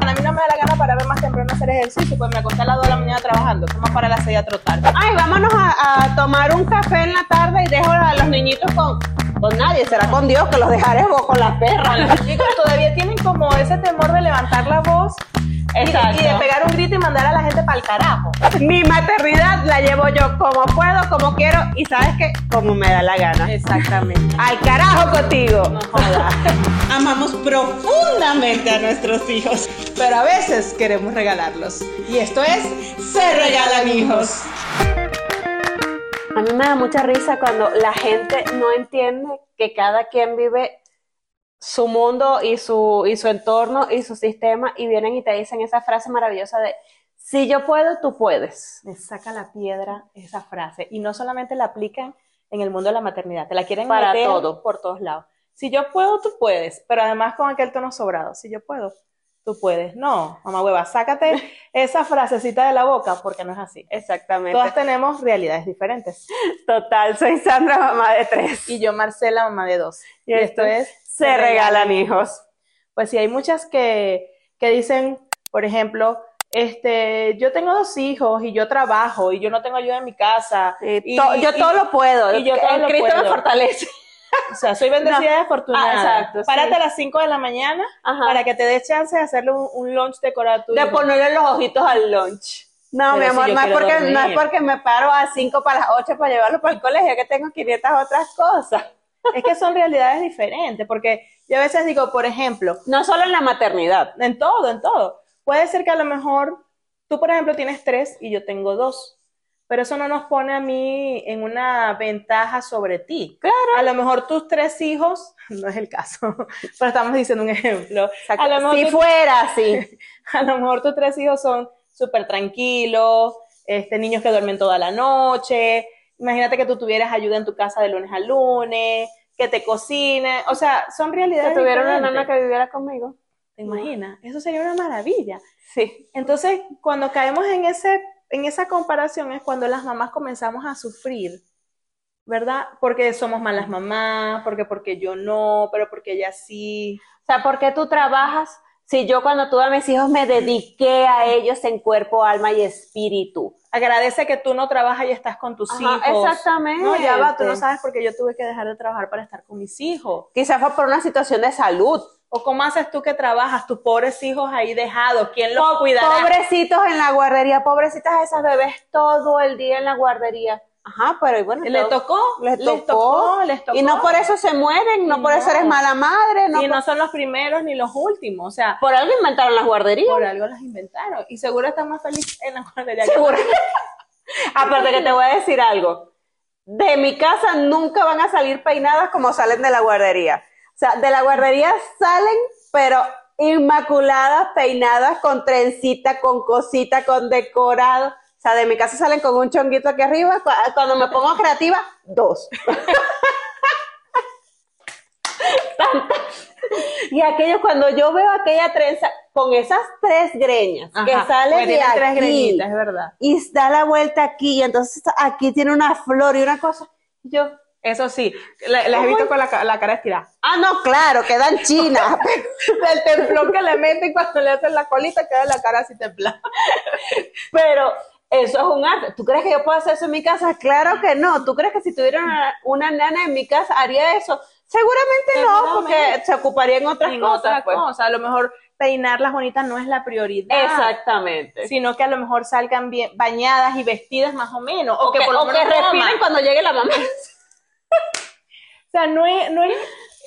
A mí no me da la gana pararme más temprano a hacer ejercicio, pues me acosté a las 2 de la mañana trabajando, que más para las 6 a trotar. Ay, vámonos a, a, tomar un café en la tarde y dejo a los niñitos con, con nadie, será con Dios que los dejaré vos con la perra. Los chicos todavía tienen como ese temor de levantar la voz y de, y de, pegar un grito y mandar a la gente para el carajo. Mi maternidad la llevo yo como puedo, como quiero y sabes que como me da la gana. Exactamente. Al carajo contigo. No jodas. Amamos profundamente a nuestros hijos, pero a veces queremos regalarlos. Y esto es Se regalan hijos. A mí me da mucha risa cuando la gente no entiende que cada quien vive su mundo y su, y su entorno y su sistema y vienen y te dicen esa frase maravillosa de si yo puedo, tú puedes. Me saca la piedra esa frase y no solamente la aplican en el mundo de la maternidad, te la quieren para meter todo. por todos lados. Si yo puedo, tú puedes, pero además con aquel tono sobrado, si yo puedo, tú puedes. No, mamá hueva, sácate esa frasecita de la boca porque no es así. Exactamente. Todas tenemos realidades diferentes. Total, soy Sandra, mamá de tres. Y yo, Marcela, mamá de dos. Y, y esto, esto, es Se regalan, regalan hijos. Pues sí, hay muchas que, que dicen, por ejemplo, este, yo tengo dos hijos y yo trabajo y yo no tengo ayuda en mi casa. Y, y, to, yo todo lo puedo. Y yo todo en lo Cristo puedo. me fortalece. O sea, soy bendecida no. y afortunada. Ah, exacto, Párate sí. a las 5 de la mañana Ajá. para que te des chance de hacerle un, un lunch decorativo. De ponerle los ojitos al lunch. No, Pero mi amor, si no, es porque, dormir. no es porque me paro a 5 para las 8 para llevarlo para el colegio, que tengo 500 otras cosas. Es que son realidades diferentes, porque yo a veces digo, por ejemplo... No solo en la maternidad. En todo, en todo. Puede ser que a lo mejor tú, por ejemplo, tienes tres y yo tengo dos pero eso no nos pone a mí en una ventaja sobre ti. Claro. A lo mejor tus tres hijos, no es el caso, pero estamos diciendo un ejemplo. Exacto. A lo mejor si tú, fuera así. A lo mejor tus tres hijos son súper tranquilos, este, niños que duermen toda la noche. Imagínate que tú tuvieras ayuda en tu casa de lunes a lunes, que te cocinen. O sea, son realidades. Que tuviera una nana que viviera conmigo. ¿Te imaginas? Eso sería una maravilla. Sí. Entonces, cuando caemos en ese en esa comparación es cuando las mamás comenzamos a sufrir, ¿verdad? Porque somos malas mamás, porque porque yo no, pero porque ella sí. O sea, ¿por qué tú trabajas si yo cuando tuve a mis hijos me dediqué a ellos en cuerpo, alma y espíritu? Agradece que tú no trabajas y estás con tus Ajá, hijos. Exactamente. No, ya va, tú Este, no sabes porque yo tuve que dejar de trabajar para estar con mis hijos. Quizás fue por una situación de salud. ¿O cómo haces tú que trabajas? Tus pobres hijos ahí dejados, ¿quién los cuidará? Pobrecitos en la guardería, pobrecitas esas bebés todo el día en la guardería. Ajá, pero y bueno. ¿Le tocó? Les tocó, les tocó, les tocó. Y no por eso se mueren, no, no. por eso eres mala madre. No y por... no son los primeros ni los últimos, o sea. Por algo inventaron las guarderías. Por algo las inventaron. Y seguro están más felices en la guardería. Seguro. Aparte que te voy a decir algo. De mi casa nunca van a salir peinadas como salen de la guardería. O sea, de la guardería salen, pero inmaculadas, peinadas, con trencita, con cosita, con decorado. O sea, de mi casa salen con un chonguito aquí arriba. Cuando me pongo creativa, dos. y aquellos, cuando yo veo aquella trenza con esas tres greñas Ajá, que salen de aquí, Pues tres greñitas, es verdad. y da la vuelta aquí, y entonces aquí tiene una flor y una cosa, yo, eso sí, las la he visto con la, la, cara estirada. Ah, no, claro, quedan chinas. Del templón que le meten cuando le hacen la colita, queda la cara así templada. Pero eso es un arte. ¿Tú crees que yo puedo hacer eso en mi casa? Claro que no. ¿Tú crees que si tuviera una, una nana en mi casa haría eso? Seguramente, Seguramente no, porque se ocuparía en otras en cosas. Otra pues. cosa. A lo mejor peinar las bonitas no es la prioridad. Exactamente. Sino que a lo mejor salgan bien bañadas y vestidas más o menos. O, o que, por lo o menos que respiren cuando llegue la mamá. sea, no es, no es,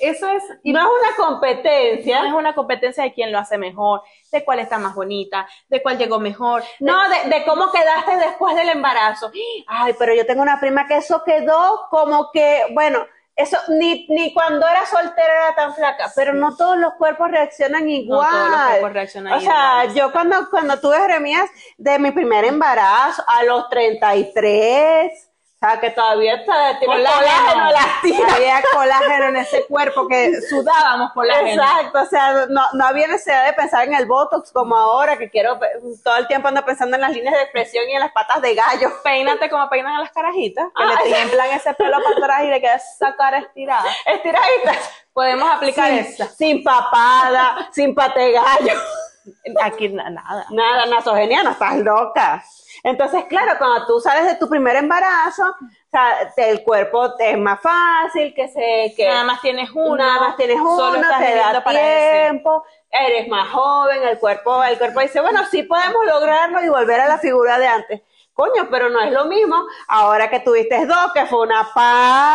eso es, Y no es una competencia. no es una competencia de quién lo hace mejor, de cuál está más bonita, de cuál llegó mejor. No, de, de cómo quedaste después del embarazo. Ay, pero yo tengo una prima que eso quedó como que, bueno, eso ni, ni cuando era soltera era tan flaca, pero no todos los cuerpos reaccionan igual. todos los cuerpos reaccionan o sea, igual. yo cuando, cuando tuve Jeremías de mi primer embarazo a los 33, o sea, que todavía está- tiene colágeno, las tiras. Había colágeno en ese cuerpo que sudábamos por la Exacto, o sea, no, no había necesidad de pensar en el Botox como ahora, que quiero, todo el tiempo ando pensando en las líneas de expresión y en las patas de gallo. Ah. Peínate como peinan a las carajitas, que le tiemblan ese pelo para atrás y le queda esa cara estirada. Estiraditas. Podemos aplicar Sin, esa. sin papada, sin pate gallo. Aquí na- nada. Nada, nasogenia, no estás loca. Entonces, claro, cuando tú sales de tu primer embarazo, o sea, te- el cuerpo te es más fácil, que se... Que Nada más tienes uno. Nada más tienes solo uno, estás te da viviendo para ese. tiempo, eres más joven, el cuerpo, el cuerpo dice, bueno, sí podemos lograrlo y volver a la figura de antes. Coño, pero no es lo mismo ahora que tuviste dos, que fue una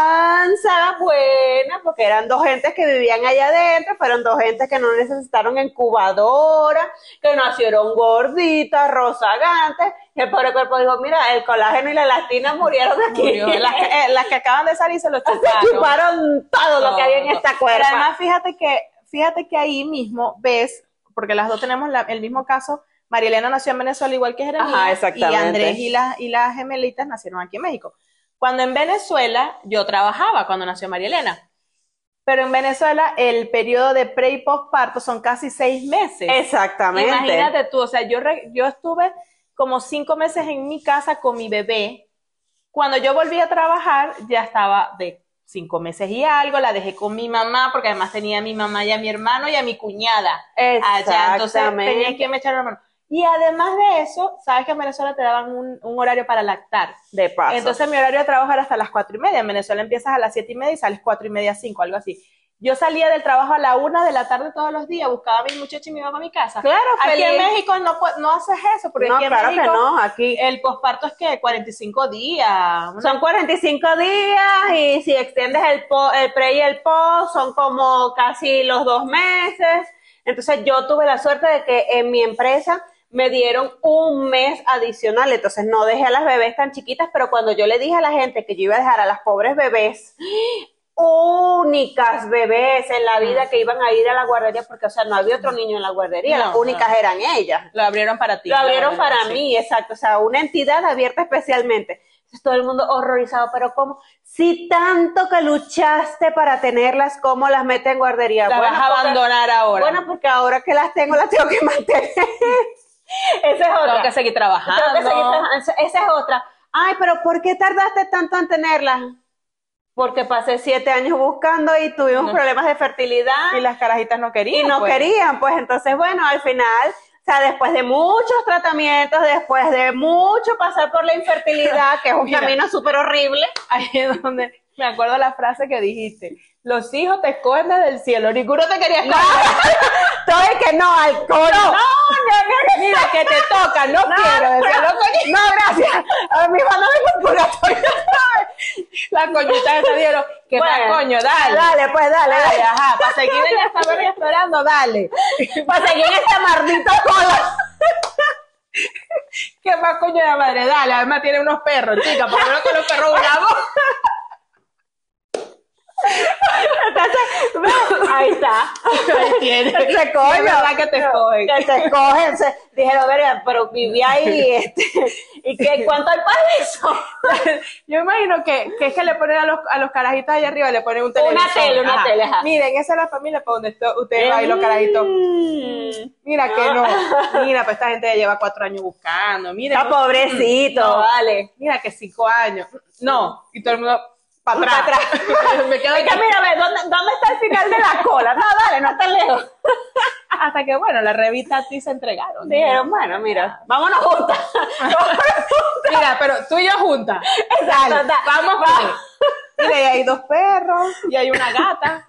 panza buena, porque eran dos gentes que vivían allá adentro, fueron dos gentes que no necesitaron incubadora, que nacieron gorditas, rozagantes, el pobre cuerpo dijo, mira, el colágeno y la elastina murieron aquí. Murió. Las, que, eh, las que acaban de salir se los Se chuparon. chuparon todo lo que había en Todo. esta Pero cuerda. además, fíjate que, fíjate que ahí mismo ves, porque las dos tenemos la- el mismo caso. Marielena nació en Venezuela igual que Jeremías. Ajá, exactamente. Y Andrés y las, y las gemelitas nacieron aquí en México. Cuando en Venezuela, yo trabajaba cuando nació Marielena. Pero en Venezuela, el periodo de pre y postparto son casi seis meses. Exactamente. Imagínate tú, o sea, yo, re- yo estuve como cinco meses en mi casa con mi bebé. Cuando yo volví a trabajar, ya estaba de cinco meses y algo, la dejé con mi mamá, porque además tenía a mi mamá y a mi hermano y a mi cuñada allá, Ah, entonces tenía que me echar la mano. Y además de eso, sabes que en Venezuela te daban un, un horario para lactar. de paso. Entonces mi horario de trabajo era hasta las cuatro y media. En Venezuela empiezas a las siete y media y sales cuatro y media, cinco, algo así. Yo salía del trabajo a la una de la tarde todos los días, buscaba a mi muchacho y me iba a mi casa. claro, Aquí en feliz. México no, pu- no haces eso, porque no, aquí en claro que México no, aquí el posparto es que 45 días. una- son 45 días y si extiendes el, po- el pre y el post son como casi los dos meses. Entonces yo tuve la suerte de que en mi empresa me dieron un mes adicional, entonces no dejé a las bebés tan chiquitas, pero cuando yo le dije a la gente que yo iba a dejar a las pobres bebés, únicas bebés en la vida que iban a ir a la guardería, porque o sea, no había otro niño en la guardería, No, las no. únicas eran ellas. Lo abrieron para ti. Lo abrieron la para verdad, sí. mí, exacto. O sea, una entidad abierta especialmente. Entonces, todo el mundo horrorizado, pero ¿cómo? Si tanto que luchaste para tenerlas, ¿cómo las mete en guardería? La vas a porque- abandonar ahora. Bueno, pues, porque ahora que las tengo, las tengo que mantener. Esa es otra. tengo que seguir Tengo que trabajando. seguir trabajando. Esa es otra. Ay, pero ¿por qué tardaste tanto en tenerlas? Porque pasé siete años buscando y tuvimos problemas de fertilidad Y las carajitas no querían. y no pues. querían, pues entonces, bueno, al final, o sea, después de muchos tratamientos, después de mucho pasar por la infertilidad, que es un Mira. camino súper horrible, Ahí es donde me acuerdo la frase que dijiste. Los hijos te escogen desde el cielo. Ninguno te quería escoger. todo el que no, al cono. No, no, Mira, que te toca. No, quiero. decía, "No, coño". no, gracias. A mi hermano me purgatorio. Las coñitas se dieron. Que más Bueno, coño, dale. Dale, pues dale, Dale, dale. ajá. Para seguir en esta verga explorando, dale. Para seguir esta maldita cola. ¿Qué más coño de la madre? Dale, además tiene unos perros, chica, por lo menos con los perros bravos. Ahí está. Ahí tiene. Ese Sí, coño. Es verdad que te escogen. Que te cogen. se- Dijeron, verga, pero viví ahí. Este, ¿Y qué, cuánto hay para eso? Yo imagino que, que es que le ponen a los, a los carajitos allá arriba, le ponen un televisor. tele, una Ajá. tele, ajá. Miren, esa es la familia para donde esto- ustedes van y los carajitos. Mm. Mira que no. Mira, pues esta gente ya lleva cuatro años buscando. Mira, Está pobrecito. No, vale. Mira que cinco años. No. Y todo el mundo para atrás. Pa' atrás. Me quedo Oiga, aquí. mira, a ver, ¿dónde, dónde está el final de la cola? No, dale, no está lejos. Hasta que, bueno, la revista a ti se entregaron. Dijeron, bueno, mira, vámonos juntas. Mira, pero tú y yo juntas. Exacto, Dale, da- vamos, vamos. Mira, y hay dos perros. Y hay una gata.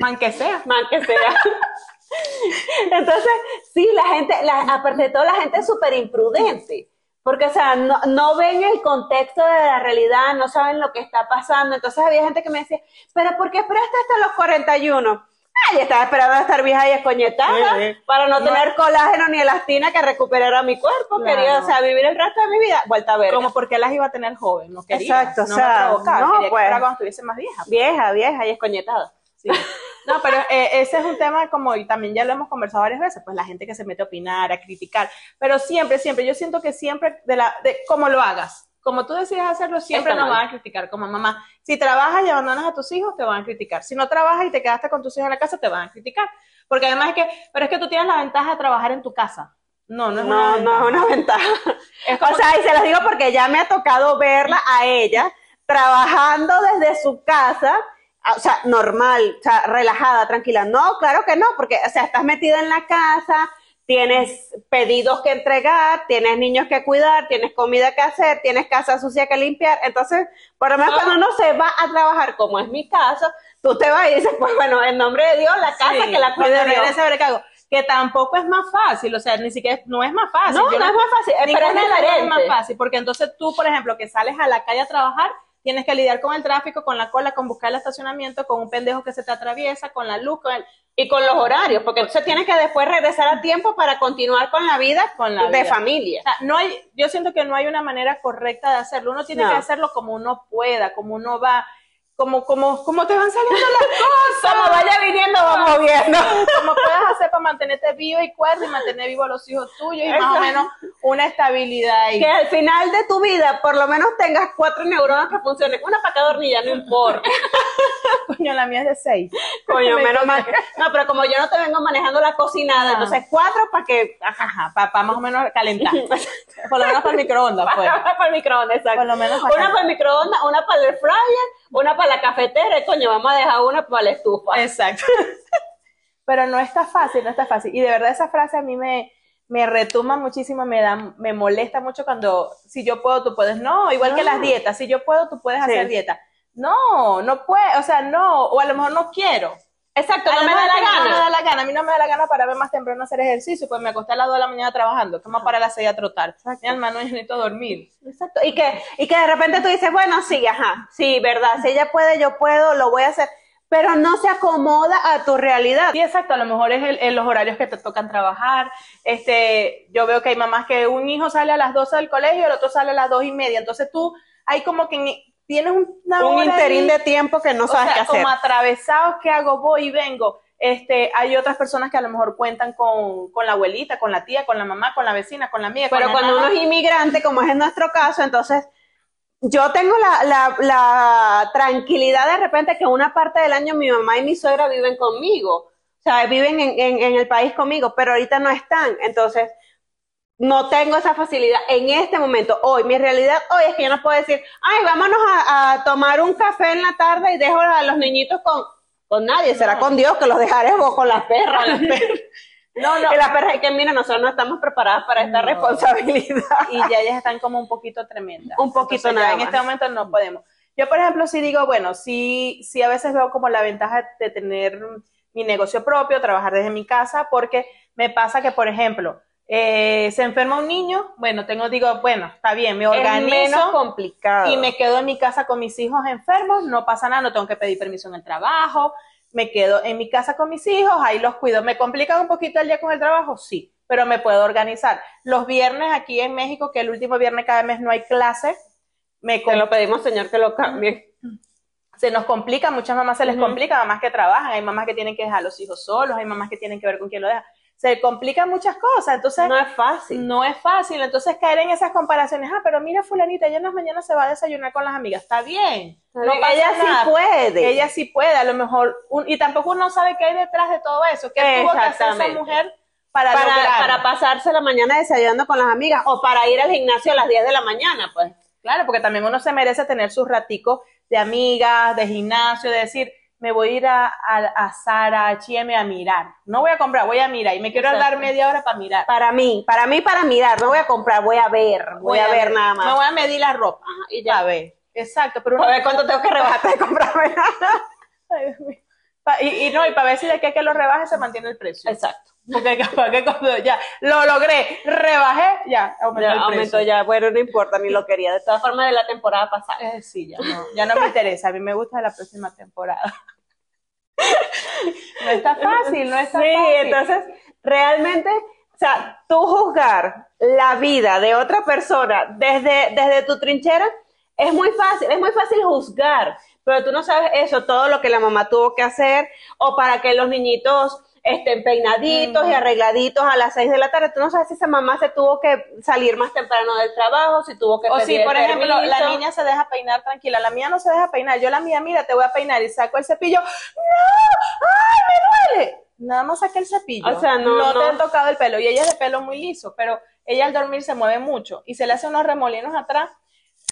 Man que sea. Man, que sea. Entonces, sí, la gente, la- aparte de todo, la gente es súper imprudente. Porque, o sea, no, no ven el contexto de la realidad, no saben lo que está pasando. Entonces había gente que me decía, pero ¿por qué esperaste hasta los 41? Ay, estaba esperando a estar vieja y escoñetada Sí, sí. para no, No. tener colágeno ni elastina que recuperara mi cuerpo. Claro. Quería, o sea, vivir el resto de mi vida. Vuelta a ver. Como porque las iba a tener joven, no quería. Exacto, o no sea, me provocaba, no, quería pues. que fuera cuando estuviese más vieja. Vieja, vieja y escoñetada. Sí. No, pero eh, ese es un tema como, y también ya lo hemos conversado varias veces, pues la gente que se mete a opinar, a criticar, pero siempre, siempre, yo siento que siempre, de la, de cómo lo hagas, como tú decidas hacerlo, siempre Está nos mal. van a criticar, como mamá, si trabajas y abandonas a tus hijos, te van a criticar, si no trabajas y te quedaste con tus hijos en la casa, te van a criticar, porque además es que, pero es que tú tienes la ventaja de trabajar en tu casa, no, no es una No, no ventaja. es una ventaja. Es como O sea, y se los digo porque ya me ha tocado verla a ella trabajando desde su casa, a- o sea, normal, o sea, relajada, tranquila. No, claro que no, porque, o sea, estás metida en la casa, tienes pedidos que entregar, tienes niños que cuidar, tienes comida que hacer, tienes casa sucia que limpiar. Entonces, por lo menos cuando uno se va a trabajar, como es mi caso, tú te vas y dices, pues bueno, en nombre de Dios, la casa Sí, que cuando la cuide Dios. regrese, a ver qué hago. Que tampoco es más fácil, o sea, ni siquiera es- no es más fácil. No, Yo no es más fácil, eh, pero es ninguna de las dos diferente. es más fácil, porque entonces tú, por ejemplo, que sales a la calle a trabajar, tienes que lidiar con el tráfico, con la cola, con buscar el estacionamiento, con un pendejo que se te atraviesa, con la luz, con el- Y con los horarios, porque entonces tienes que después regresar a tiempo para continuar con la vida Con la de vida. familia. O sea, no hay, yo siento que no hay una manera correcta de hacerlo. Uno tiene No. que hacerlo como uno pueda, como uno va, como, como, como te van saliendo las cosas. Como vaya viniendo, vamos viendo. como puedas hacer para mantenerte vivo y cuerdo y mantener vivo a los hijos tuyos y más o Exacto. menos una estabilidad ahí. Que al final de tu vida, por lo menos tengas cuatro neuronas que funcionen. Una para cada hornilla, no importa. Coño, la mía es de seis. Coño, menos mal. que- No, pero como yo no te vengo manejando la cocinada, Ah. entonces cuatro para que. Ajá, ajá, para más o menos calentar. Por lo menos para el microondas, pues. para el microondas, exacto. Por lo menos para una para el microondas, una para el air fryer, una para la cafetera. Y coño, vamos a dejar una para la estufa. Exacto. Pero no está fácil, no está fácil. Y de verdad esa frase a mí me, me retumba muchísimo, me da, me molesta mucho cuando si yo puedo, tú puedes. No, igual que las dietas, si yo puedo, tú puedes Ah. Sí. hacer dieta. No, no puedo, o sea, no, o a lo mejor no quiero. Exacto, no A me lo da mejor la es que No me gana. da la gana, a mí no me da la gana para ver más temprano hacer ejercicio, pues me acosté a las 2 de la mañana trabajando, Ah. que más para las 6 a trotar. Mi alma no yo necesito dormir. Exacto. Y que, y que de repente tú dices, bueno, sí, ajá, sí, verdad, si ella puede, yo puedo, lo voy a hacer, pero no se acomoda a tu realidad. Sí, exacto, a lo mejor es el- el- los horarios que te tocan trabajar. Este, yo veo que hay mamás que un hijo sale a las 12 del colegio, el otro sale a las 2 y media. Entonces tú, hay como que ni- tienes un, una Un hora interín ahí, de tiempo que no o sabes sea, qué hacer. como atravesados, ¿qué hago? Voy y vengo. Este, hay otras personas que a lo mejor cuentan con, con la abuelita, con la tía, con la mamá, con la vecina, con la amiga. con Pero la cuando nana. uno es inmigrante, como es en nuestro caso, entonces yo tengo la, la- la tranquilidad de repente que una parte del año mi mamá y mi suegra viven conmigo, o sea, viven en, en- en el país conmigo, pero ahorita no están, entonces no tengo esa facilidad en este momento, hoy, mi realidad hoy es que yo no puedo decir, ay, vámonos a, a tomar un café en la tarde y dejo a los niñitos con, con nadie, será con Dios que los dejaré vos con las perras. No, no. Y la perra es que, mira, nosotros no estamos preparadas para esta No. responsabilidad. y ya ellas están como un poquito tremendas. Un poquito Entonces, ya nada En más. este momento no podemos. Yo, por ejemplo, sí digo, bueno, sí, sí a veces veo como la ventaja de tener mi negocio propio, trabajar desde mi casa, porque me pasa que, por ejemplo, eh, se enferma un niño, bueno, tengo, digo, bueno, está bien, me Es menos organizo complicado. y me quedo en mi casa con mis hijos enfermos, no pasa nada, no tengo que pedir permiso en el trabajo, me quedo en mi casa con mis hijos, ahí los cuido. ¿Me complica un poquito el día con el trabajo? Sí, pero me puedo organizar. Los viernes aquí en México, que el último viernes cada mes no hay clase, me Te com- lo pedimos, señor, que lo cambie. se nos complica, muchas mamás se les Ujú. complica, mamás que trabajan, hay mamás que tienen que dejar a los hijos solos, hay mamás que tienen que ver con quién lo deja. Se complican muchas cosas, entonces No es fácil. no es fácil. Entonces caer en esas comparaciones, ah, pero mira fulanita, ella en las mañanas se va a desayunar con las amigas, está bien. No pasa ella nada. sí puede. Ella sí puede, a lo mejor, un- y tampoco uno sabe qué hay detrás de todo eso, qué tuvo que hacer esa Exactamente. mujer para, para, lograrlo. para pasarse la mañana desayunando con las amigas o para ir al gimnasio a las 10 de la mañana, pues. Claro, porque también uno se merece tener sus raticos de amigas, de gimnasio, de decir, me voy a ir a, a, a Zara, a H&M a mirar. No voy a comprar, voy a mirar. Y me quiero Exacto. dar media hora para mirar. Para mí, para mí, para mirar. No voy a comprar, voy a ver. Voy, a, ver nada más. Me voy a medir la ropa. y ya. A ver. Exacto, pero uno- A ver cuánto tengo que rebajar para comprarme. Ay, Dios mío. Pa- y, y no, y para ver si de aquí a que lo rebaje se mantiene el precio. Exacto. Porque capaz que cuando ya lo logré, rebajé, ya aumentó Ya, el aumentó precio. ya, bueno, no importa, ni lo quería. De todas formas, de la temporada pasada. Eh, sí, ya no, ya no me interesa. A mí me gusta la próxima temporada. No está fácil, no está Sí, fácil. entonces, realmente, o sea, tú juzgar la vida de otra persona desde, desde tu trinchera es muy fácil, es muy fácil juzgar, pero tú no sabes eso, todo lo que la mamá tuvo que hacer o para que los niñitos estén peinaditos y arregladitos a las 6 de la tarde, tú no sabes si esa mamá se tuvo que salir más temprano del trabajo, si tuvo que O pedir si, el por ejemplo, la permiso. niña se deja peinar tranquila, la mía no se deja peinar, yo la mía, mira, te voy a peinar y saco el cepillo. ¡No! ¡Ay, me duele! Nada más saqué el cepillo. O sea, no, te no. han tocado el pelo. Y ella es de pelo muy liso, pero ella al dormir se mueve mucho y se le hace unos remolinos atrás.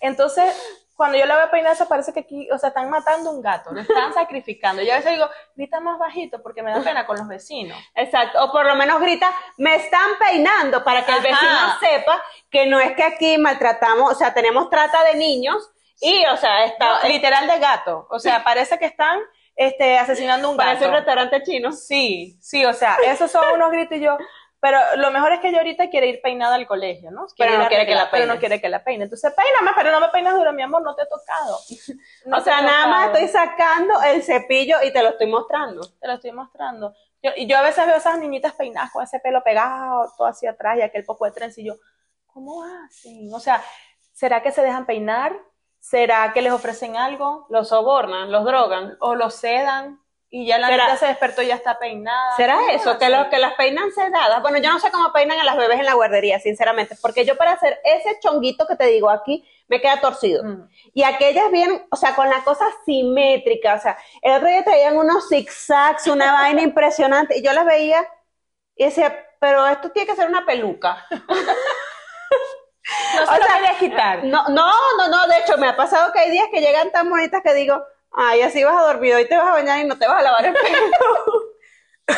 Entonces, cuando yo la veo peinar, se parece que aquí, o sea, están matando un gato, lo están sacrificando. Yo a veces digo, grita más bajito porque me da pena con los vecinos. Exacto, o por lo menos grita, me están peinando para que el Ajá. vecino sepa que no es que aquí maltratamos, o sea, tenemos trata de niños y, o sea, está, No, literal de gato. O sea, parece que están este, asesinando un parece gato. un restaurante chino. Sí, sí, o sea, esos son unos gritos y yo. Pero lo mejor es que yo ahorita quiere ir peinada al colegio, ¿no? no ir quiere que la arreglada, Pero no peines. quiere que la peine. Entonces, peíname, pero no me peinas duro, mi amor, no te he tocado. No o sea, te he nada más tocado. estoy sacando el cepillo y te lo estoy mostrando. Te lo estoy mostrando. Yo, y yo a veces veo esas niñitas peinadas con ese pelo pegado, todo hacia atrás y aquel poco de trenza y yo, ¿cómo hacen? O sea, ¿será que se dejan peinar? ¿Será que les ofrecen algo? Los sobornan, los drogan. ¿O lo sedan? Y ya la ¿Será- niña se despertó y ya está peinada. ¿Será ¿Cómo eso? Que, lo, hacen? que las peinan sedadas. Bueno, yo no sé cómo peinan a las bebés en la guardería, sinceramente, porque yo para hacer ese chonguito que te digo aquí, me queda torcido. Mm. Y aquellas vienen, o sea, con la cosa simétrica, o sea, el otro día traían unos zigzags, una vaina impresionante, y yo las veía y decía, pero esto tiene que ser una peluca. No se O lo sea, quería quitar. No, no, no, no, de hecho, me ha pasado que hay días que llegan tan bonitas que digo, ay, así vas a dormir, hoy te vas a bañar y no te vas a lavar el pelo.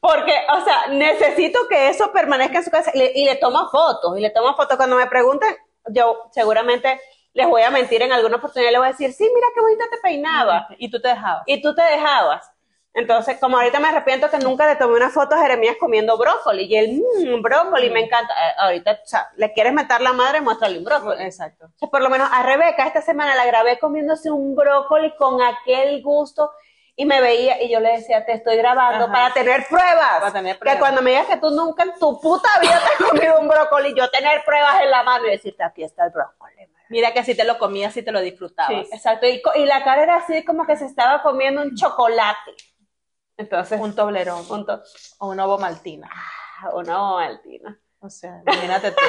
Porque, o sea, necesito que eso permanezca en su casa y le, y le tomo fotos, y le tomo fotos. Cuando me pregunten, yo seguramente les voy a mentir en alguna oportunidad, les voy a decir, sí, mira qué bonita te peinaba, Y tú te dejabas. y tú te dejabas. Entonces, como ahorita me arrepiento que nunca le tomé una foto a Jeremías comiendo brócoli, y él, mmm, brócoli, me encanta. Eh, ahorita, o sea, le quieres matar la madre, muéstrale un brócoli. Exacto. O sea, por lo menos a Rebeca esta semana la grabé comiéndose un brócoli con aquel gusto y me veía y yo le decía, te estoy grabando Ajá. para tener pruebas. Para tener pruebas. Que cuando me digas que tú nunca en tu puta vida te has comido un brócoli, yo tener pruebas en la mano y decirte, aquí está el brócoli. Mira que si te lo comías, si te lo disfrutabas. exacto. Y, co- y la cara era así como que se estaba comiendo un chocolate. Entonces, Un toblerón un to- o una ovo maltina. ah, una Maltina. O sea, imagínate tú.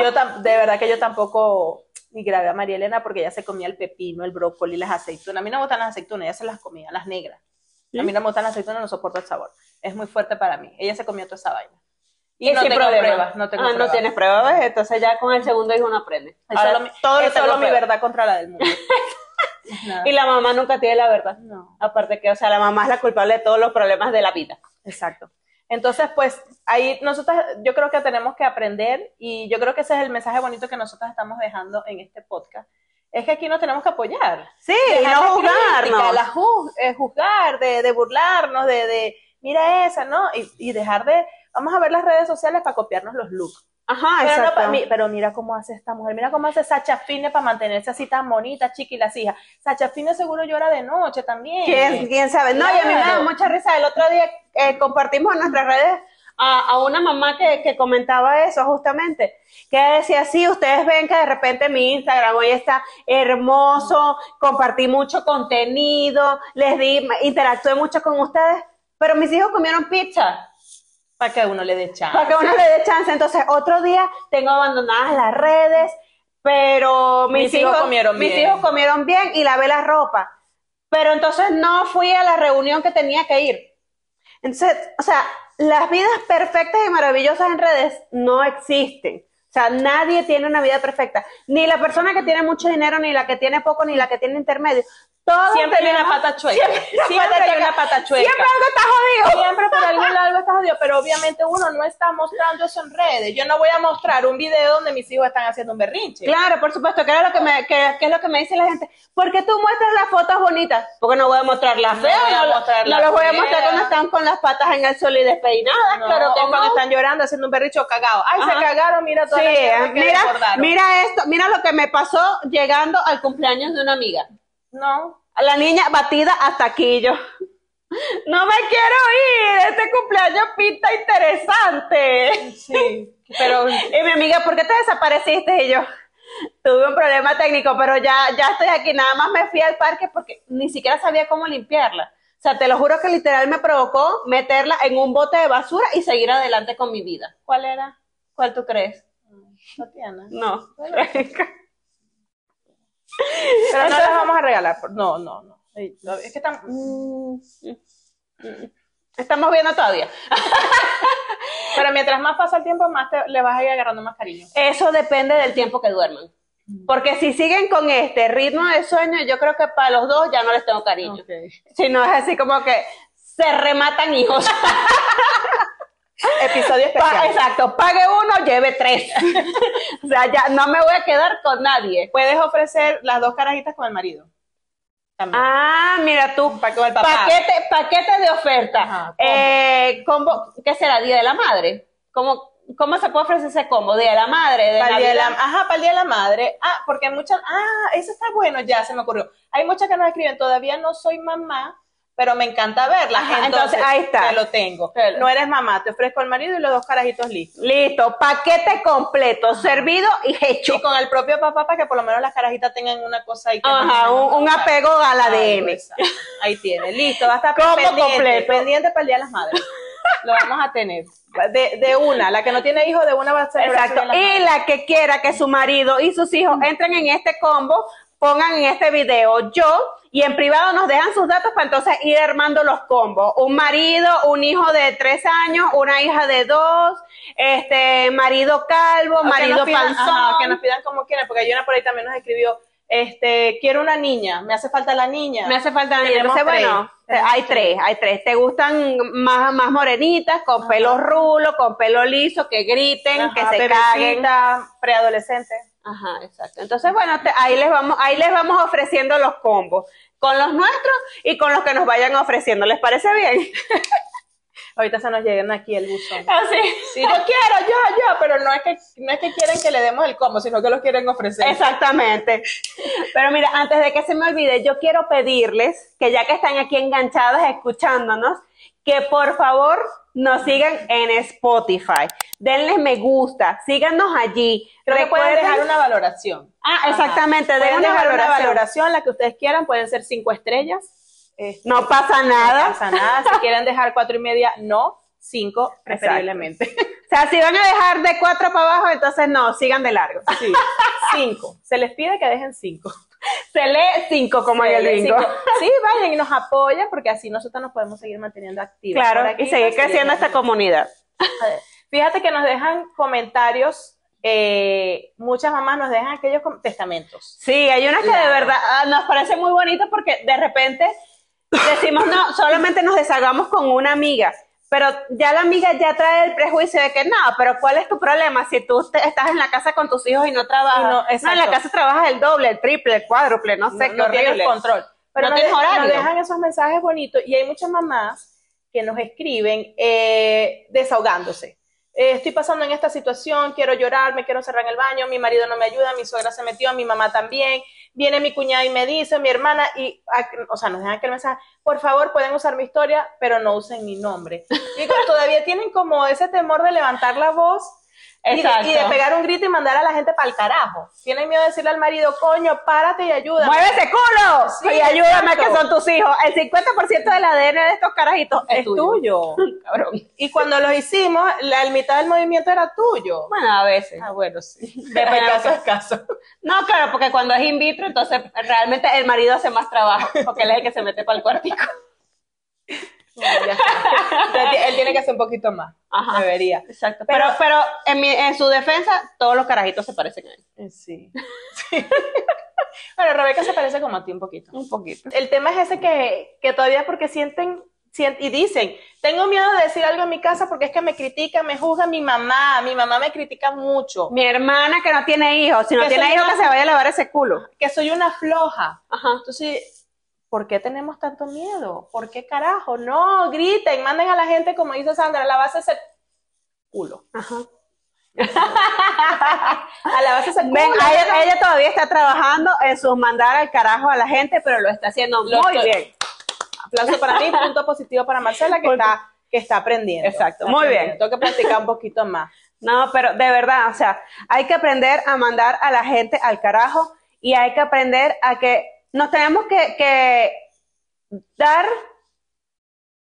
Yo tam- de verdad que yo tampoco ni grabé a María Elena porque ella se comía el pepino, el brócoli, las aceitunas. A mí no me gustan las aceitunas, ella se las comía, las negras. A mí no me gustan las aceitunas, no soporto el sabor. Es muy fuerte para mí. Ella se comió toda esa vaina. Y, no sin tengo problema. pruebas, no tengo Ah, pruebas. no tienes pruebas, ¿ves? entonces ya con el segundo hijo uno aprende. Es Ahora solo mi, todo lo es tengo solo mi pruebas. verdad contra la del mundo. Más nada. Y la mamá nunca tiene la verdad. No. Aparte que, o sea, la mamá es la culpable de todos los problemas de la vida. Exacto. Entonces, pues ahí nosotras, yo creo que tenemos que aprender y yo creo que ese es el mensaje bonito que nosotras estamos dejando en este podcast. Es que aquí nos tenemos que apoyar. Sí, Dejar la crítica, la ju- eh, juzgar, de, de burlarnos, de, de, mira esa, ¿no? Y, y dejar de, vamos a ver las redes sociales para copiarnos los looks. Ajá, Pero, no exacto. pa- mi- pero mira cómo hace esta mujer, mira cómo hace Sacha Fine para mantenerse así tan bonita, chiqui, las hijas. Sacha Fine seguro llora de noche también. ¿Quién, quién sabe? No, y a mí me da Claro. mucha risa. El otro día eh, compartimos en nuestras redes a, a una mamá que, que comentaba eso justamente, que decía, sí, ustedes ven que de repente mi Instagram hoy está hermoso, compartí mucho contenido, les di, interactué mucho con ustedes, pero mis hijos comieron pizza. Para que uno le dé chance. para que uno le dé chance. Entonces, otro día tengo abandonadas las redes, pero mis, Mis hijos comieron mis bien. hijos comieron bien y lavé la ropa. Pero entonces no fui a la reunión que tenía que ir. Entonces, o sea, las vidas perfectas y maravillosas en redes no existen. O sea, nadie tiene una vida perfecta. Ni la persona que tiene mucho dinero, ni la que tiene poco, ni la que tiene intermedio. Todos Siempre hay tenemos- una pata chueca. Siempre, Siempre hay hay una pata chueca. Siempre algo está jodido. Siempre por algún lado algo está jodido, pero obviamente uno no está mostrando eso en redes. Yo no voy a mostrar un video donde mis hijos están haciendo un berrinche. Claro, por supuesto, que era lo que, me, que, que es lo que me dice la gente. ¿Por qué tú muestras las fotos bonitas? Porque no voy a mostrar las No feas, voy a no, mostrar no las las voy a feas. mostrar cuando están con las patas en el sol y despeinadas, No, claro que o no. cuando están llorando haciendo un berricho cagado. Ay, Ajá. se cagaron, mira toda Sí, la mierda que mira, desbordaron. mira esto, mira lo que me pasó llegando al cumpleaños de una amiga. No. A la niña batida hasta aquí yo. No me quiero ir, este cumpleaños pinta interesante. Sí. Pero Y mi amiga, ¿por qué te desapareciste? Y yo, tuve un problema técnico, pero ya, ya estoy aquí. Nada más me fui al parque porque ni siquiera sabía cómo limpiarla. O sea, te lo juro que literal me provocó meterla en un bote de basura y seguir adelante con mi vida. ¿cuál era? ¿Cuál tú crees? No tiene. No. Pero no las vamos a regalar. por- No, no, no. Ay, no, Es que están. mm. Estamos viendo todavía. Pero mientras más pasa el tiempo, más te- le vas a ir agarrando más cariño. Eso depende del tiempo que duerman. Porque si siguen con este ritmo de sueño, yo creo que para los dos ya no les tengo cariño. Si no es así como que se rematan hijos. Episodio Pa- especial. Exacto, pague uno, lleve tres. o sea, ya no me voy a quedar con nadie. Puedes ofrecer las dos carajitas con el marido. También. Ah, mira tú. para que el papá. Paquete, paquete de oferta. Ajá, combo. Eh, combo, ¿Qué será? Día de la madre. ¿Cómo, cómo se puede ofrecer ese combo? Día de la madre. De Para el día de la, Navidad. ajá, para el día de la madre. Ah, porque hay muchas. Ah, eso está bueno, ya se me ocurrió. Hay muchas que nos escriben, todavía no soy mamá, pero me encanta verla. Ajá, entonces, ahí está. Te lo tengo. Te lo- No eres mamá, te ofrezco el marido y los dos carajitos listos. Listo, paquete completo, servido y hecho. Y con el propio papá para que por lo menos las carajitas tengan una cosa ahí. Que Ajá, no- un, un apego al Ahí, ADN. exacto. Ahí tiene, listo, va a estar Combo pendiente, completo. pendiente para el día de las madres. Lo vamos a tener. De, de una, la que no tiene hijos, de una va a ser Exacto. Y la que quiera que su marido y sus Mm. hijos entren en este combo, pongan en este video yo y en privado nos dejan sus datos para entonces ir armando los combos. Un marido, un hijo de tres años, una hija de dos, este marido calvo, marido panzón. que nos pidan como quieran, porque hay una por ahí también nos escribió, este, quiero una niña, me hace falta la niña. Me hace falta niña. Tenemos Entonces, bueno, tres. hay tres, hay tres. ¿Te gustan más, más morenitas, con pelo rulo, con pelo liso, que griten, Ajá, que se bebecita, caguen? preadolescente. Ajá, exacto. Entonces, bueno, te- ahí les vamos, ahí les vamos ofreciendo los combos, con los nuestros y con los que nos vayan ofreciendo. ¿Les parece bien? Ahorita se nos llegan aquí el buzón. Así. Sí, yo quiero, yo, yo, Ah, pero no es que no es que quieren que le demos el combo, sino que lo quieren ofrecer. Exactamente. Pero mira, antes de que se me olvide, yo quiero pedirles que ya que están aquí enganchadas escuchándonos, que por favor nos sigan en Spotify. Denles me gusta, síganos allí. Creo que pueden Recuerden- dejar una valoración. Ah, exactamente, Ajá. den Pueden una dejar una valoración. valoración, la que ustedes quieran, pueden ser cinco estrellas. este, No pasa nada. No pasa nada. Si quieren dejar cuatro y media, no. Cinco, preferiblemente. O sea, si van a dejar de cuatro para abajo, entonces no, sigan de largo. Sí. Cinco. Se les pide que dejen cinco. Se lee cinco como en el Se les- bingo. cinco. Sí, vayan y nos apoyan porque así nosotros nos podemos seguir manteniendo activos. por Claro, aquí, y seguir pues, creciendo esta comunidad. Fíjate que nos dejan comentarios. eh, muchas mamás nos dejan aquellos com- testamentos. Sí, hay unas que de verdad ah, nos parece muy bonito porque de repente decimos, no, solamente nos deshagamos con una amiga, pero ya la amiga ya trae el prejuicio de que no, pero ¿cuál es tu problema si tú te- estás en la casa con tus hijos y no trabajas? Y no, no, en la exacto. casa trabajas el doble, el triple, el cuádruple, no sé, no, qué no tienes horrible. control. Pero No nos, tienes de- horario. nos dejan esos mensajes bonitos y hay muchas mamás que nos escriben eh, desahogándose. Eh, estoy pasando en esta situación, quiero llorar, me quiero encerrar en el baño, mi marido no me ayuda, mi suegra se metió, mi mamá también, viene mi cuñada y me dice, mi hermana, y, ah, o sea, nos dejan aquel mensaje, por favor, pueden usar mi historia, pero no usen mi nombre. Digo, todavía tienen como ese temor de levantar la voz y de, Exacto. y de pegar un grito y mandar a la gente para el carajo. Tienen miedo de decirle al marido, coño, párate y ayuda. ¡Mueve ese culo! Sí, y ayúdame exacto. que son tus hijos. El 50% del ADN de estos carajitos es, es tuyo. Y cuando lo hicimos, la el mitad del movimiento era tuyo. Bueno, a veces. Ah, bueno, sí. De Bueno, caso ok. es caso. No, claro, porque cuando es in vitro, entonces realmente el marido hace más trabajo, porque él es el que se mete para el cuartico. Ya está. Él tiene que hacer un poquito más. Ajá. Debería. Exacto. Pero, pero en, mi- en su defensa, todos los carajitos se parecen a él. Sí. sí. bueno, Rebeca se parece como a ti un poquito. Un poquito. El tema es ese que, que todavía porque sienten, sien- y dicen, tengo miedo de decir algo en mi casa porque es que me critican, me juzgan mi mamá, mi mamá me critica mucho, Mi hermana que no tiene hijos. Si no Que tiene soy hijos, una- que se vaya a lavar ese culo. que soy una floja. Ajá. Entonces, ¿por qué tenemos tanto miedo? ¿Por qué carajo? No, griten, manden a la gente como dice Sandra, a lavarse ese culo. a lavarse ese culo. Ven, ¿no? ella, ella todavía está trabajando en sus mandar al carajo a la gente, pero lo está haciendo Lo muy estoy- bien. Aplauso para mí, punto positivo para Marcela que Punto. está que está aprendiendo. Exacto, Está muy aprendiendo. bien. Tengo que practicar un poquito más. No, pero de verdad, o sea, hay que aprender a mandar a la gente al carajo y hay que aprender a que nos tenemos que, que dar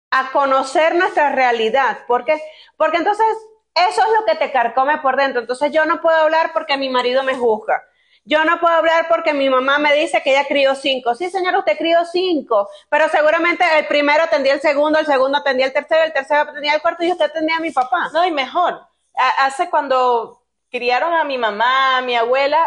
a conocer nuestra realidad, porque, porque entonces eso es lo que te carcome por dentro. Entonces yo no puedo hablar porque mi marido me juzga. Yo no puedo hablar porque mi mamá me dice que ella crió cinco. Sí, señora, usted crió cinco, pero seguramente el primero atendía el segundo, el segundo atendía el tercero, el tercero atendía el cuarto y usted atendía a mi papá. No, y mejor, a- hace cuando criaron a mi mamá, a mi abuela,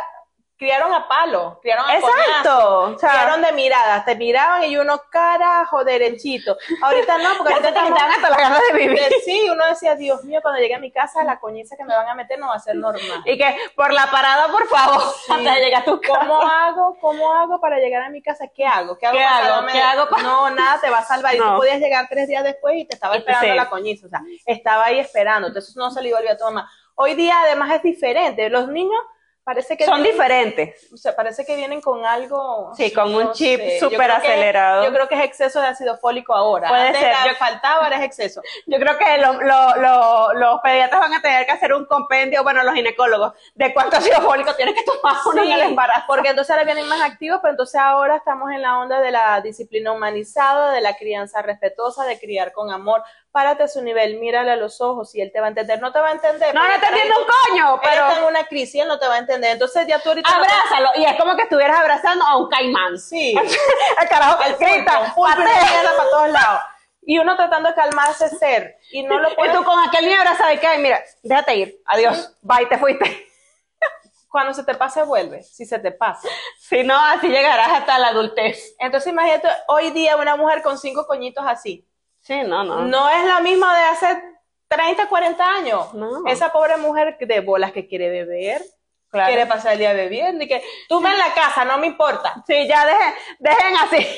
criaron a palo, criaron a coñazo. Exacto. O sea, Criaron de miradas, te miraban y uno, carajo, derechito. Ahorita no, porque ahorita te estamos- quitaban hasta las ganas de vivir. de- Sí, uno decía, Dios mío, cuando llegue a mi casa, la coñiza que me van a meter no va a ser normal. Y que por la parada, por favor, hasta llegar a tu casa. ¿Cómo hago? ¿Cómo hago para llegar a mi casa? ¿Qué hago? ¿Qué hago? ¿Qué para hago? salvarme ¿Qué de- hago pa- No, nada te va a salvar. Y No. tú podías llegar tres días después y te estaba Y- esperando sí. la coñiza. O sea, estaba ahí esperando. Entonces no se le iba a olvidar a tu mamá. Hoy día además es diferente. Los niños parece que Son tienen- diferentes. o sea, parece que vienen con algo. Sí, con un chip Yo súper creo que- acelerado. Yo creo que es exceso de ácido fólico ahora. Puede Antes ser, era- yo- faltaba, ahora es exceso. Yo creo que lo- lo- lo- los pediatras van a tener que hacer un compendio, bueno, los ginecólogos, de cuánto ácido fólico tiene que tomar uno en el Sí, embarazo. Porque entonces ahora vienen más activos, pero entonces ahora estamos en la onda de la disciplina humanizada, de la crianza respetuosa, de criar con amor. Párate a su nivel, mírale a los ojos y él te va a entender. No te va a entender. No, no porque está él entiendo un coño, Él está pero en una crisis, él no te va a entender. Entonces ya tú ahorita. no- abrázalo. Y es como que estuvieras abrazando a un caimán. Sí. El carajo que El pulpo, grita, un pulpo, una patea. mierda para todos lados. Y uno tratando de calmarse ser. Y no lo Y puedes tú con aquel niño abrazado y que, ay, mira, déjate ir, adiós, bye, te fuiste. Cuando se te pase, vuelve. Si se te pasa. Si no, así llegarás hasta la adultez. Entonces imagínate hoy día una mujer con cinco coñitos así. Sí, no, no. No es la misma de hace 30, 40 años. No. Esa pobre mujer de bolas que quiere beber, Claro. quiere pasar el día bebiendo y que tú me en la casa, no me importa. Sí, ya dejen, dejen así.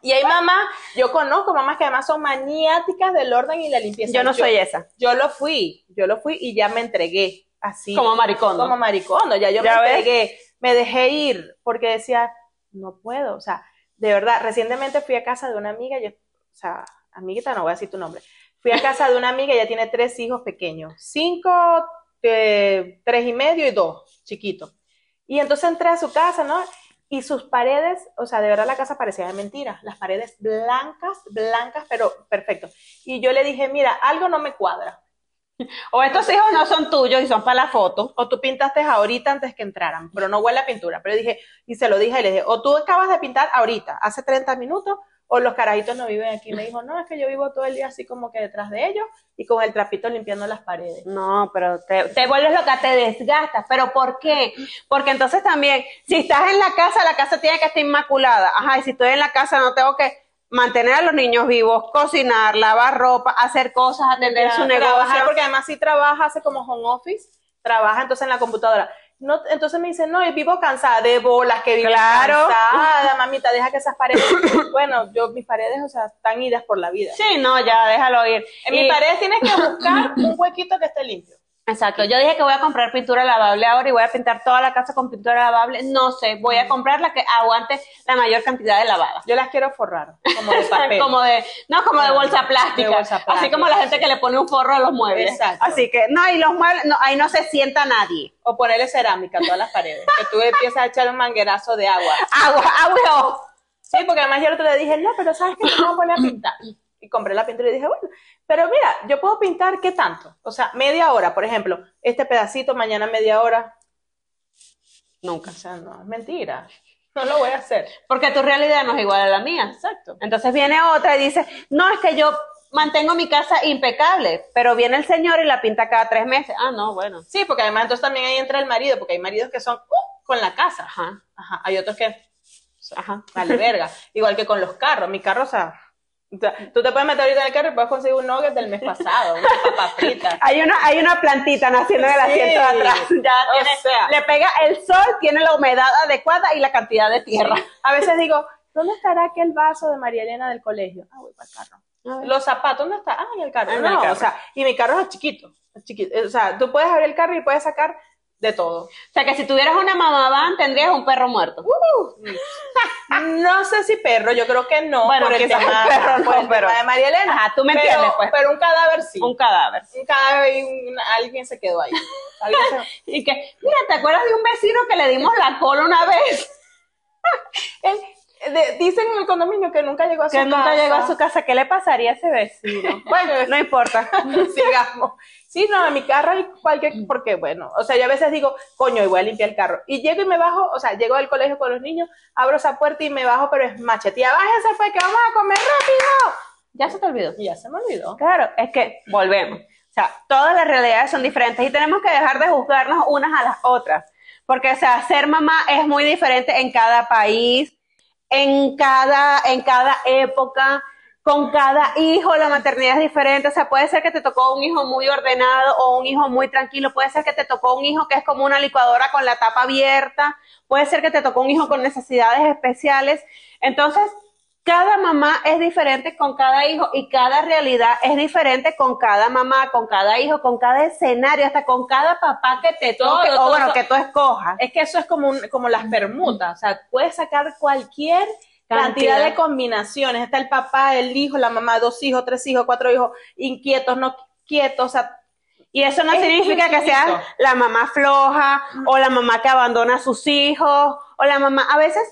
Y hay mamás, yo conozco mamás que además son maniáticas del orden y la limpieza. Yo no soy esa. Yo lo fui, yo lo fui y ya me entregué. Así. Como maricón, ¿no? Como maricondo, ya yo ¿Ya me ves? entregué, me dejé ir porque decía, no puedo, o sea, de verdad, recientemente fui a casa de una amiga, yo, o sea, amiguita, no voy a decir tu nombre, fui a casa de una amiga, ella tiene tres hijos pequeños, cinco, eh, tres y medio y dos, chiquitos. Y entonces entré a su casa, ¿no? Y sus paredes, o sea, de verdad la casa parecía de mentira, las paredes blancas, blancas, pero perfecto. Y yo le dije, mira, algo no me cuadra. O estos hijos no son tuyos y son para la foto. o tú pintaste ahorita antes que entraran, pero no huele a pintura. Pero dije, y se lo dije, y le dije, o tú acabas de pintar ahorita, hace 30 minutos, o los carajitos no viven aquí. Me dijo, no, es que yo vivo todo el día así como que detrás de ellos y con el trapito limpiando las paredes. No, pero te, te vuelves loca, te desgastas. ¿Pero por qué? Porque entonces también, si estás en la casa, la casa tiene que estar inmaculada. Ajá, y si estoy en la casa, no tengo que mantener a los niños vivos, cocinar, lavar ropa, hacer cosas, atender Ya, su trabajar, negocio. porque además sí trabaja, hace como home office, trabaja entonces en la computadora. No, entonces me dicen, no, y vivo cansada de bolas, que vivo Claro. cansada, mamita, deja que esas paredes, bueno, yo, mis paredes, o sea, están idas por la vida. Sí, no, ya, déjalo ir. En Y- mis paredes tienes que buscar un huequito que esté limpio. Exacto, yo dije que voy a comprar pintura lavable ahora y voy a pintar toda la casa con pintura lavable. No sé, voy Mm. a comprar la que aguante la mayor cantidad de lavadas. Yo las quiero forrar, como de papel. como de, no, como de bolsa plástica. De bolsa plástica. Así como la gente que le pone un forro a los muebles. Exacto. Así que, no, y los muebles, no, ahí no se sienta nadie. O ponerle cerámica a todas las paredes. Que tú empiezas a echar un manguerazo de agua. Agua, agua y ojo. Sí, porque además yo el otro día dije, no, pero ¿sabes qué? Me voy a poner a pintar. Y compré la pintura y dije, bueno, pero mira, yo puedo pintar, ¿qué tanto? O sea, media hora, por ejemplo. Este pedacito, mañana media hora. Nunca. O sea, no, es mentira. No lo voy a hacer. Porque tu realidad no es igual a la mía. Exacto. Entonces viene otra y dice, no, es que yo mantengo mi casa impecable, pero viene el señor y la pinta cada tres meses. Ah, no, bueno. Sí, porque además entonces también ahí entra el marido, porque hay maridos que son uh, con la casa. Ajá. Ajá. Hay otros que, ajá, vale verga. Igual que con los carros. Mi carro, o sea, o sea, tú te puedes meter ahorita en el carro y puedes conseguir un nugget del mes pasado, una papita. Hay una, hay una plantita naciendo en el asiento de atrás. Ya O tiene- sea. le pega el sol, tiene la humedad adecuada y la cantidad de tierra. A veces digo, ¿dónde estará aquel vaso de María Elena del colegio? Ah, voy para el carro. Los zapatos, ¿dónde está? Ah, en el carro. Ah, en no, el carro. o sea, y mi carro es chiquito, es chiquito. O sea, tú puedes abrir el carro y puedes sacar de todo. O sea que si tuvieras una mamá van, tendrías un perro muerto. Uh, No sé si perro, yo creo que no. Bueno, por el quizás tema, un perro no, por el tema pero- de María Elena. Ajá, tú me Pero- entiendes, pues. Pero un cadáver sí. Un cadáver. Un cadáver y un- alguien se quedó ahí. Alguien se- Y que, mira, ¿te acuerdas de un vecino que le dimos la cola una vez? El- de- dicen en el condominio que nunca llegó a su Que casa. nunca llegó a su casa. ¿Qué le pasaría a ese vecino? Bueno, no importa. Sigamos. Sí, no, en mi carro hay cualquier, porque bueno, o sea, yo a veces digo, coño, y voy a limpiar el carro. Y llego y me bajo, o sea, llego del colegio con los niños, abro esa puerta y me bajo, pero es machetía, bájense fue pues, que vamos a comer rápido. Ya se te olvidó. Y ya se me olvidó. Claro, es que volvemos. O sea, todas las realidades son diferentes y tenemos que dejar de juzgarnos unas a las otras. Porque, o sea, ser mamá es muy diferente en cada país, en cada, en cada época, con cada hijo la maternidad es diferente. O sea, puede ser que te tocó un hijo muy ordenado o un hijo muy tranquilo. Puede ser que te tocó un hijo que es como una licuadora con la tapa abierta. Puede ser que te tocó un hijo con necesidades especiales. Entonces, cada mamá es diferente con cada hijo y cada realidad es diferente con cada mamá, con cada hijo, con cada escenario, hasta con cada papá que te Todo, toque o todo, bueno, todo. que tú escojas. Es que eso es como, un- como las permutas, o sea, puedes sacar cualquier cantidad. Cantidad. de combinaciones. Está el papá, el hijo, la mamá, dos hijos, tres hijos, cuatro hijos, inquietos, no quietos, o sea, Y eso no Es Mm. significa que infinito. seas la mamá floja o la mamá que abandona a sus hijos o la mamá, a veces,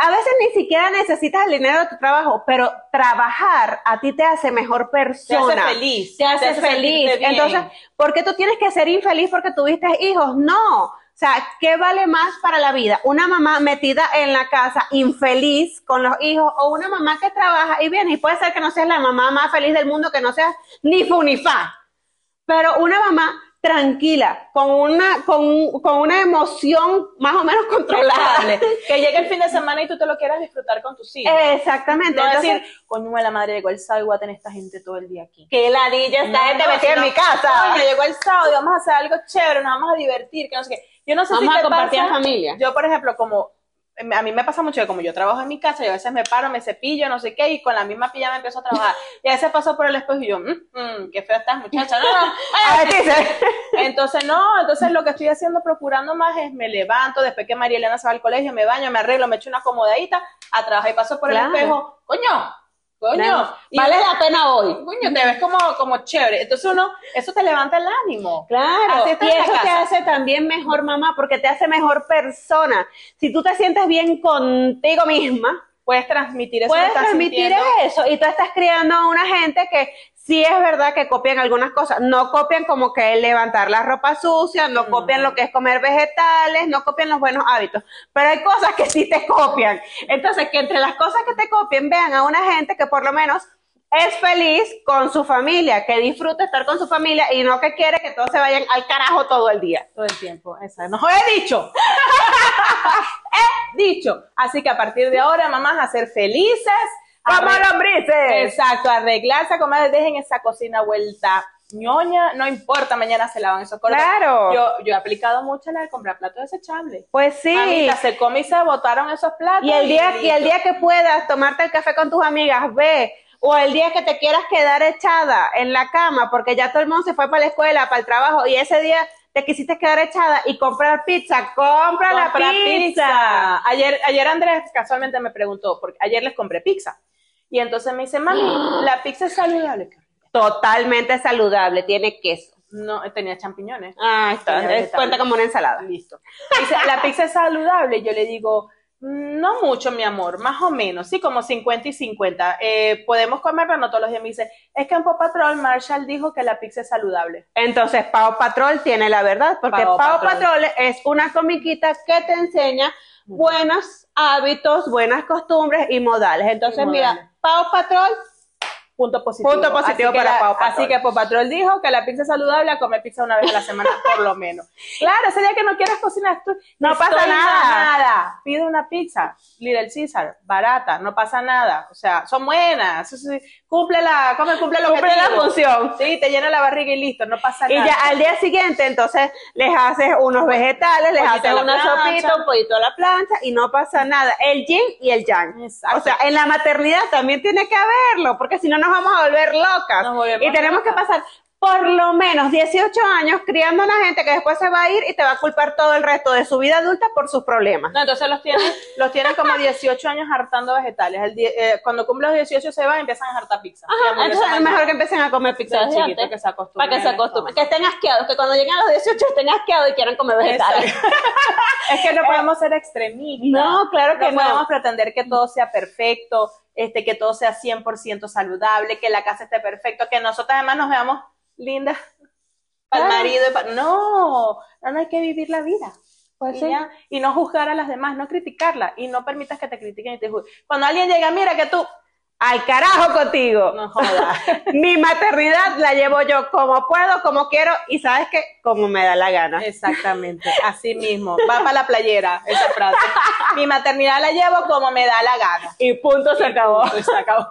a veces ni siquiera necesitas el dinero de tu trabajo, pero trabajar a ti te hace mejor te hace persona. feliz. Te hace feliz. sentirte bien. Entonces, ¿por qué tú tienes que ser infeliz porque tuviste hijos? No. O sea, ¿qué vale más para la vida? ¿Una mamá metida en la casa, infeliz con los hijos, o una mamá que trabaja y viene? Y puede ser que no seas la mamá más feliz del mundo, que no seas ni fu ni fa. Pero una mamá tranquila, con una, con, con una emoción más o menos controlable. que llegue el fin de semana y tú te lo quieras disfrutar con tus hijos. Exactamente. no Entonces, decir, coño, la madre llegó el sábado y voy a tener esta gente todo el día aquí. que ladilla No, no, sino, Coño, llegó el sábado y vamos a hacer algo chévere, nos vamos a divertir, que no sé qué. Yo no sé Vamos si a te compartir pasa, en familia. Yo, por ejemplo, como em, a mí me pasa mucho que como yo trabajo en mi casa, yo a veces me paro, me cepillo, no sé qué, y con la misma pijama empiezo a trabajar. Y a veces paso por el espejo y yo, "Mm, mm, qué fea estás, muchacha. No, no, A ver, dice. Entonces, no, entonces lo que estoy haciendo, procurando más es me levanto, después que María Elena se va al colegio, me baño, me arreglo, me echo una acomodadita, a trabajar y paso por Claro. el espejo, coño, coño, Claro. y Vale uno- la pena hoy. coño, te ves como, como chévere. Entonces uno, eso te levanta el ánimo. Claro, Así está y en la eso te casa. hace también mejor mamá, porque te hace mejor persona. Si tú te sientes bien contigo misma, Puedes transmitir eso. que puedes estás transmitir sintiendo. eso. Y tú estás criando a una gente que sí es verdad que copian algunas cosas. No copian como que el levantar la ropa sucia, no copian Mm. lo que es comer vegetales, no copian los buenos hábitos. Pero hay cosas que sí te copian. Entonces, que entre las cosas que te copian, vean a una gente que por lo menos es feliz con su familia, que disfruta estar con su familia y no que quiere que todos se vayan al carajo todo el día. Todo el tiempo, esa. No, he dicho. he dicho. Así que a partir de ahora, mamás, a ser felices. ¡Como arre- lombrices! Exacto, arreglarse, comer, dejen esa cocina vuelta ñoña, no importa, mañana se lavan esos cortes. Claro. Yo, yo he aplicado mucho la de comprar platos desechables. Pues sí. Mamita, se come y se botaron esos platos. Y el día, y el listo. día que puedas tomarte el café con tus amigas, ve. O el día que te quieras quedar echada en la cama, porque ya todo el mundo se fue para la escuela, para el trabajo, y ese día te quisiste quedar echada y comprar pizza, compra, la Compra pizza. pizza. Ayer, ayer Andrés casualmente me preguntó, porque ayer les compré pizza. Y entonces me dice, mami, la pizza es saludable. Totalmente saludable, tiene queso. No, tenía champiñones. Ah, está. Tiene es- Cuenta vegetales. como una ensalada. Listo. Dice, la pizza es saludable. Yo le digo, "Mm, no mucho, mi amor, más o menos, sí, como 50 y 50. Eh, podemos comerla, no todos los días. Me dice, es que en Paw Patrol Marshall dijo que la pizza es saludable. Entonces, Pau Patrol tiene la verdad, porque Pau, Pau Patrol. Patrol es una comiquita que te enseña buenos hábitos, buenas costumbres y modales. Entonces, Y mira, modales. Pau Patrol, punto positivo. Punto positivo Así que para la- Pau Patrol. Así que Pau Patrol dijo que la pizza es saludable la come pizza una vez a la semana, por lo menos. Claro, ese día que no quieras cocinar, tú, No estoy pasa nada. mamada, Pide una pizza, Little Caesar, barata, no pasa nada. O sea, son buenas. sí, sí, Cumple la, come, cumple lo Cumple la función. Sí, te llena la barriga y listo, no pasa Y nada. ya al día siguiente, entonces, les haces unos vegetales, les Pues, Pollito a haces la una plancha. sopita, un pollito a la plancha y no pasa nada. El yin y el yang. Exacto. O sea, en la maternidad también tiene que haberlo, porque si no nos vamos a volver locas. Nos volvemos y tenemos que locas. pasar por lo menos 18 años criando a una gente que después se va a ir y te va a culpar todo el resto de su vida adulta por sus problemas. No, entonces los tienen, los tienen como 18 años hartando vegetales. El die- eh, cuando cumple los 18 se van y empiezan a hartar pizza. Y Ajá, hamburguesas entonces es mañana. mejor que empiecen a comer pizza de Desde antes, chiquito, que para que se acostumbren. Que estén asqueados, que cuando lleguen a los 18 estén asqueados y quieran comer vegetales. Es que no podemos ser extremistas. Eh, No, claro que no. podemos pretender que todo sea perfecto, este, que todo sea 100% saludable, que la casa esté perfecta, que nosotros además nos veamos lindas para el Claro. marido. y pa- No, no, no hay que vivir la vida. y, Pues sí. ya, y no juzgar a las demás, no criticarla y no permitas que te critiquen y te juzguen. Cuando alguien llega, mira que tú, Al carajo contigo. no jodas. Mi maternidad la llevo yo como puedo, como quiero y sabes que como me da la gana. Exactamente, así mismo. Va para la playera esa frase. Mi maternidad la llevo como me da la gana. Y punto se acabó. Se acabó.